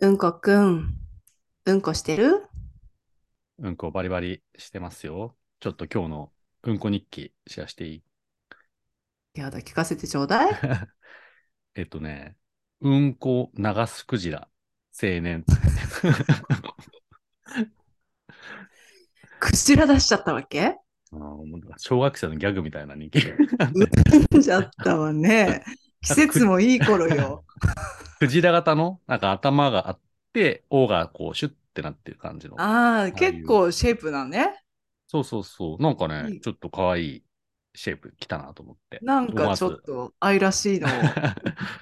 うんこくん、うんこしてるうんこバリバリしてますよ。ちょっと今日のうんこ日記シェアしていいやだ、聞かせてちょうだ い。えっとね、うんこ流すクジラ、青年。クジラ出しちゃったわ けあーもう小学生のギャグみたいな 人気。出しちゃったわね。季節もいい頃よ。クジラ型の、なんか頭があって、尾がこうシュッてなってる感じ の。ああ、いう結構シェイプなね。そうそうそう。なんかね、いいちょっと可愛いシェイプ来たなと思って。なんかちょっと愛らしい のを。思わず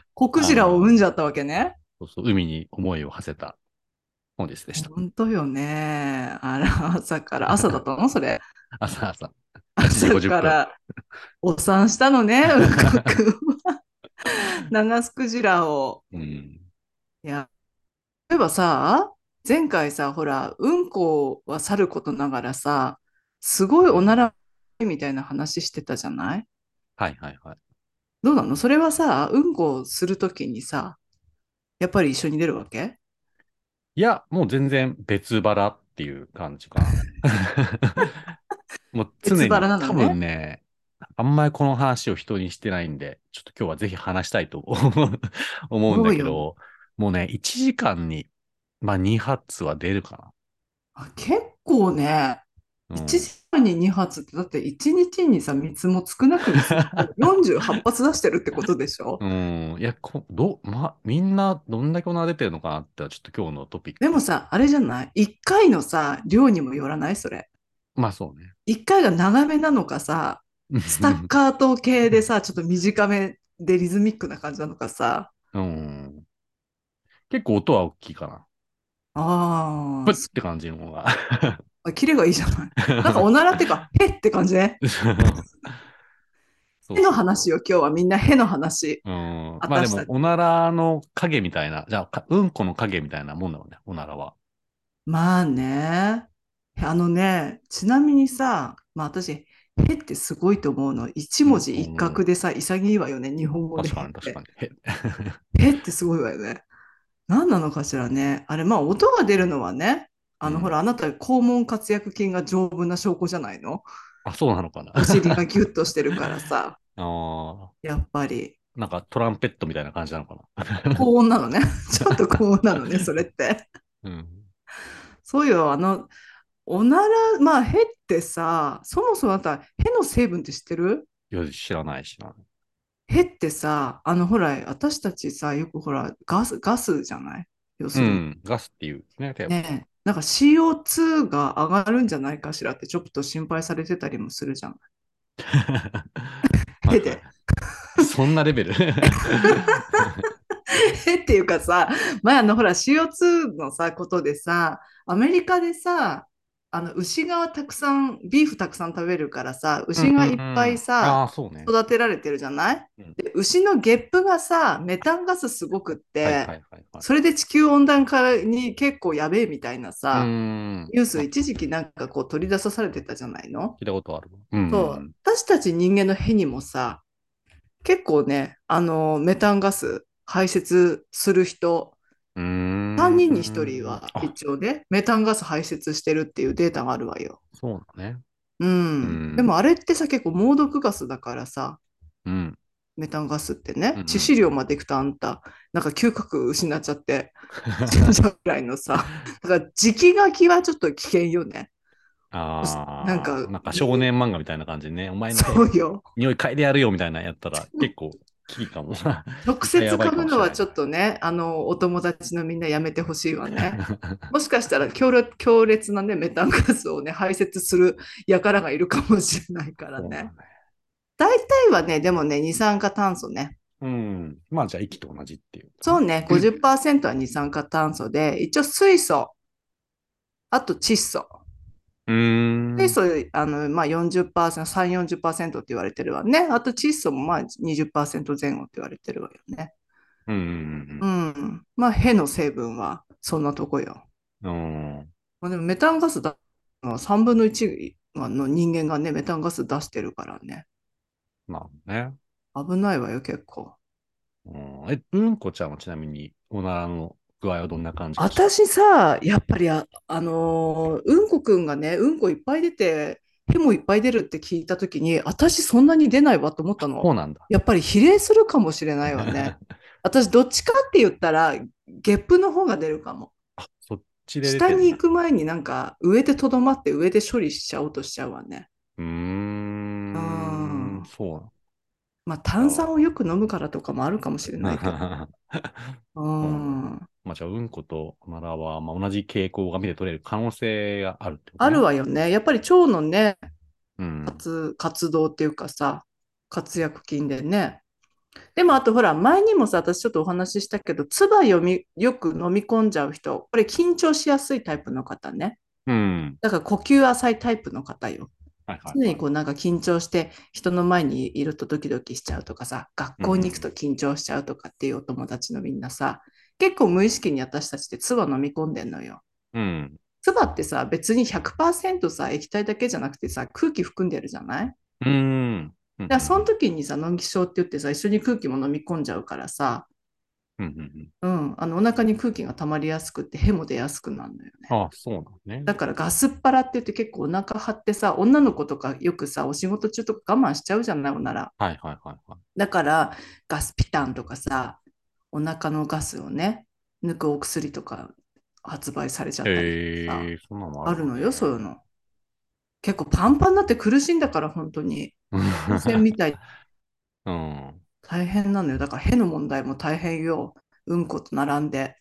子クジラを産んじゃったわけね。そうそう海に思いを馳せた本日でした。本当よね。あら、朝から、朝だったのそれ。朝朝。朝8時50分から、お産したの ね、うんこくんは。長すクジラを。うん。いや、例えばさ、前回さ、ほら、うんこはさることながらさ、すごいおならみたいな話してたじゃないはいはいはい。どうなのそれはさ、うんこするときにさ、やっぱり一緒に出るわけいや、もう全然別腹っていう感 じかな。もう常別に、腹なのね多分ね、あんまりこの話を人にしてないんで、ちょっと今日はぜひ話したいと 思うんだけそうど、もうね、1時間に、まあ2発は出るかあ結構ね、な。うん1時間に2発って、だって1日にさ、3つも少なく見積もって48発出してるってことでしょうん。いや、こどう、ま、みんなどんだけおな出てるのかなって、ちょっと今日のトピック。でもさ、あれじゃない ?1 回のさ、量にもよらないそれ。まあそうね。 1回が長めなのかさ、スタッカート系でさ、ちょっと短めでリズミックな感じなのかさ。 うん。結構音は大きいかな。あプッって感じの方が。あ、キレがいいじゃ ない。なんかおならってか、へって感じね。そうへの話よ、今日はみんなへの話。うん。まあで私もた、ちおならの影みたいな、じゃあか、うんこの影みたいなもんだもんね、おならは。まあね。あのね、ちなみにさ、まあ私、へってすごいと思うの。一文字一画でさ、潔いわよね、日本語で。確かに、確かに。へへってすごいわよね。何なのかしらね。あれ、まあ音が出るのはね、あの、うんほら、あなた肛門括約筋が丈夫な証拠じゃないのあ、そうなの かな。お尻がギュッとしてるからさ、あやっぱりーなんかトランペットみたいな感じなのか高音なのね。 ちょっと高音なのね、それって。な。うん。そうよ、あの、おなら、まあ、へってさ、そもそもあなた、への成分って知ってるいや、知らないしな。へってさ、あの、ほら、私たちさ、よくほら、ガス、ガスじゃない要すうるに。ん。ガスっていうね、テーマ ねえなんか CO2 が上がるんじゃないかしらってちょっと心配されてたりもするじゃん。はいへでそんなレベル。へっていうかさ、前あのほら CO2 のさ、ことでさ、アメリカでさ、あの牛がたくさん、ビーフたくさん食べるからさ、牛がいっぱいうんうんうんあさ、ーそうね。育てられてるじゃないうんで牛のゲップがさ、メタンガスすごくっはいはいはて、いはい。それで地球温暖化に結構やべえみたいなうさ、ん。ニュース一時期なんかこう取り出さされてたじゃないの聞いたことあるわ。うん。そう、私たち人間の屁にもさ、結構ね、あの、メタンガス排泄する人、うーん。 3人に1人はあ一応ね、メタンガス排泄してるっていうデータがあるわよ。そうだね。うん。うんでもあれってさ、結構猛毒ガスだからさ、うん。メタンガスってうんうねん、致死量までいくとあんた、なんか嗅覚失っちゃ って、死んじゃうぐらいのさ、だから時期書きはちょっと危険よね。ああ。なんかなんか少年漫画みたいな感じね。お前のそうよ。匂い嗅いでやるよみたいなやったら結構キーかもな。直接嗅ぐのはちょっとね、あの、お友達のみんなやめてほしいわね。 もしかしたら強烈強烈な、ね、メタンガスを、ね、排泄する輩がいるかもしれないからそうだねね。大体はね、でもね、二酸化炭素ね。 うん。まあじゃあ息と同じっていう。そうね、50%は二酸化炭素で、一応水素、あと窒素。うーん。水素、あのまあ、40%、3、40%って言われてるわね。あと窒素もまあ20%前後って言われてるわよね。うんうんうん。まあ、への成分はそんなとこよ。うんうん。うん。まあ、でもメタンガスだ3分の1の人間がね、メタンガス出してるからね。まあね。危ないわよ、結構。うん、え、うんこちゃんはちなみにおならの具合はどんな感じですか私さ、やっぱりあ、あのーうんこくんがね、うんこいっぱい出て、屁もいっぱい出るって聞いたときに、私そんなに出ないわと思ったその。うなんだ。やっぱり比例するかもしれないわ ね。私、どっちかって言ったら、ゲップの方が出るかも。あそっちで出て下んだに行く前になんか、上でとどまって、上で処理しちゃおうとしちゃうわね。うーんうんそまあ、炭酸をよく飲むからとかもあるかもしれうなないんけ ど。だ。うん。まあ、じゃあ、うんことマラは、まあ、同じ傾向が見て取れる可能性があるってこと、ある。わよね。やっぱり腸のね、うん。活活動っていうかさ、活躍菌でね。でもあとほら、前にもさ、私ちょっとお話ししたけど、唾よみよく飲み込んじゃう人、これ緊張しやすいタイプの方ね。うん。だから呼吸浅いタイプの方よ。はいはい。常にこうなんか緊張して、人の前にいるとドキドキしちゃうとかさ、学校に行くと緊張しちゃうとかっていうお友達のみんなさ、結構無意識に私たちって唾飲み込んでんのよ。うん。唾ってさ、別に100%さ、液体だけじゃなくてさ、空気含んでるじゃないだかうん。うんらその時にさ、嚥気症って言ってさ、一緒に空気も飲み込んじゃうからさ、うんうんうんうん、あのお腹に空気が溜まりやすくって、ヘも出やすくなるのよね。あ、そうなんね。だからガスっ腹って言って結構お腹張ってさ、女の子とかよくさ、お仕事中とか我慢しちゃうじゃない、おなら。はいはいはいはい。だからガスピタンとかさ、お腹のガスをね、抜くお薬とか発売されちゃったりえとかさ。ー、そんなのもあるのよ、そういうの。結構パンパンになって苦しいんだから、本当に。風船みたいにうん。大変なのよ。だから、への問題も大変よ。うんこと並んで。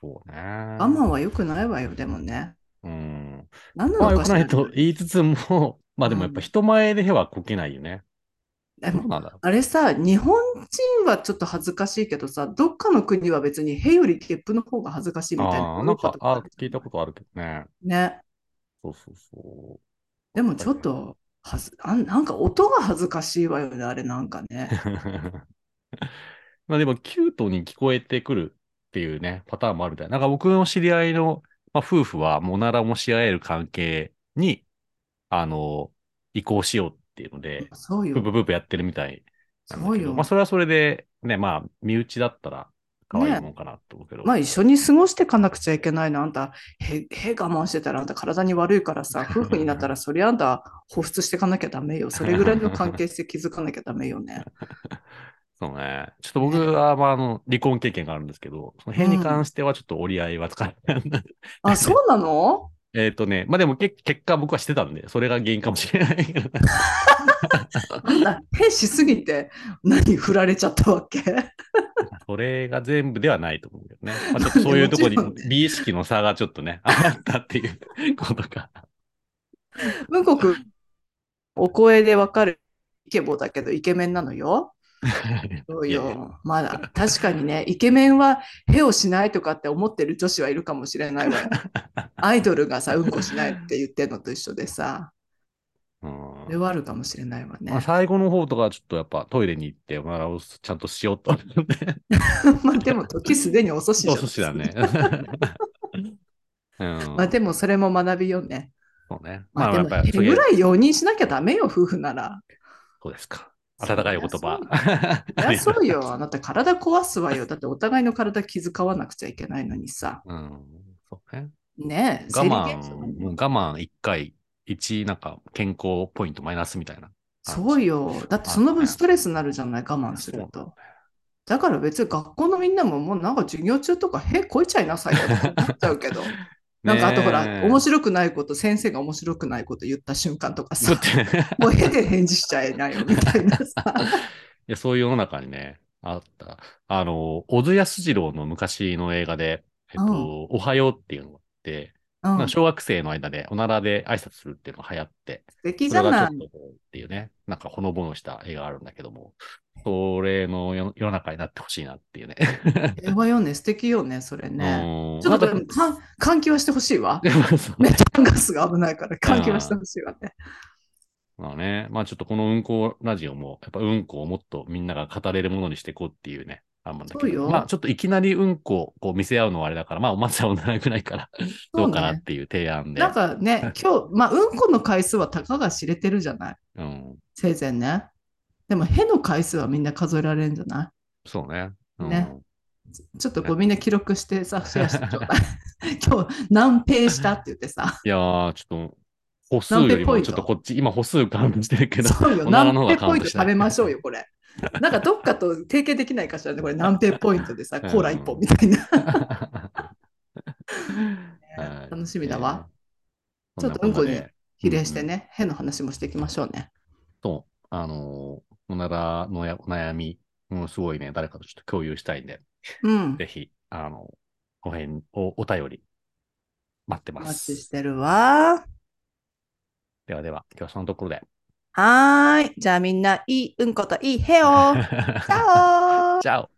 そうね。我慢は良くないわよ、でもね。うん。何なまのあ、よかくしらないと言いつつも、 まあでもやっぱ人前でへはこけないよね。でそうもなんだろ。あれさ、日本人はちょっと恥ずかしいけどさ、どっかの国は別にへよりゲップの方が恥ずかしいうみたいなああ、のなん多かっかた、あ、聞いたことあるけどね。ね。そうそうそう。でもちょっとはずあん、なんか音が恥ずかしいわよね、あれなんかね。 まあでも、キュートに聞こえてくるっていうね、パターンもあるみたいな。なんか僕の知り合いの、まあ、夫婦は、もならもし合える関係に、あの、移行しようっていうので、そう ブーブーよ。ブーブーやってるみたいなんだそうけどよまあ、。それはそれで、ね、まあ、身内だったら、可愛いもんかなと思うけど。まあ一緒に過ごしていかなくちゃいけないの。あんた、へ、へ我慢してたらあんた体に悪いから さ、夫婦になったらそれあんた保湿していかなきゃダメよ。それぐらいの関係性気づかなきゃダメよね。そうね。ちょっと僕は、まあ、あの、離婚経験があるんですけど、その辺に関してはちょっと折り合いはつかない。あ、そうなの えっとね、まあでもけ結果僕はしてたんで、それが原因かもしれないけど。あんた、へしすぎて、何振られちゃったわけ それが全部ではないと思うけどね。まあ、ちょっとそういうところもちろんねに美意識の差がちょっとね、 あったっていうことか。文子くん、お声でわかるイケボだけどイケメンなのよ。そういやいやよ。まだ、確かにね、 イケメンはへをしないとかって思ってる女子はいるかもしれないわ よ。アイドルがさ、うんこしないって言ってんのと一緒でさ。うそれんはあるかもしれないわねまあ、。最後の方とかはちょっとやっぱトイレに行って、おならをちゃんとしようと思って。 まあでも時すでに遅しじゃおない寿司 だね。うん、まあでもそれも学びよね。そうね。まあまあでやもっぱりそういぐう、らい容認しなきゃダメよ、夫婦なら。そうですか。温かいお言葉。い や、そうよ。あなた体壊すわよ。だってお互いの体気遣わなくちゃいけないのにさ。 うん、そうね。ねえ、我生理現象慢、もうん我慢1回、1なんか健康ポイントマイナスみたいな。そうよ。だってその分ストレスになるじゃない、我慢するそうなんと。だから別に学校のみんなももうなんか授業中とか、へ、こいちゃいなさいよってなっちゃうけど。なんかあとほら、面白白くないこと、先生が面白くないこと言った瞬間とかさ。い。だってもう絵で返事しちゃえないよみたいなさ。 いや、そういう世の中にね、あった。あの、小津安二郎の昔の映画で、えっと、うんおはようっていうのがあって、うんなんか素小学生の間でおならで挨拶するっていうのが流行って、敵そじゃれながいちょ。っとこうっていうね、なんかほのぼのした映画があるんだけども、それの世世の中になってほしいなっていうね。平和よね、素敵よね、それね。 うんちょっとでまあもかん換気はしてほしい わ。でもそうメタンガスが危ないから換気はしてほしいわね。まあね、まあちょっとこのうんこラジオも、やっぱうんこをもっとみんなが語れるものにしていこうっていうね、あんまだそうけよど、まあちょっといきなりうんこをこう見せ合うのはあれだから、まあおまずはおならぐらいからそどううかなっね。ていう提案で。なんか ね、今日、まあ、うんこの回数はたかが知れてるじゃない。うん、生前ね。でも、への回数はみんな数えられるんじゃないそうね。うんねちょっとこうみんな記録してさ、シェアしてちょうだい。 今日何ペイしたって言ってさ。いやー、ちょっと、歩数よりもちょっとこっち、今歩数感じてるけど、そうよ、おならの何方ペがイカポイウンントトしな食いべましょうよ、これ。なんかどっかと提携できないかしらね、これ何ペイポイントでさ、コーラ1本みたいな。 はい楽しみだわ。ねちょっとうんこにそなで比例してね、変な話もしていきましょうね。と、あのーおならのやお悩み、うん、すごいね、誰かとちょっと共有したいんで、うん。ぜひ、あの、おへん、お、お便り、待っておま待ちしす。てるわ。ではでは、今日はそのところで。 はーい。じゃあみんな、いいうんこといいへを。チャオーじゃあ。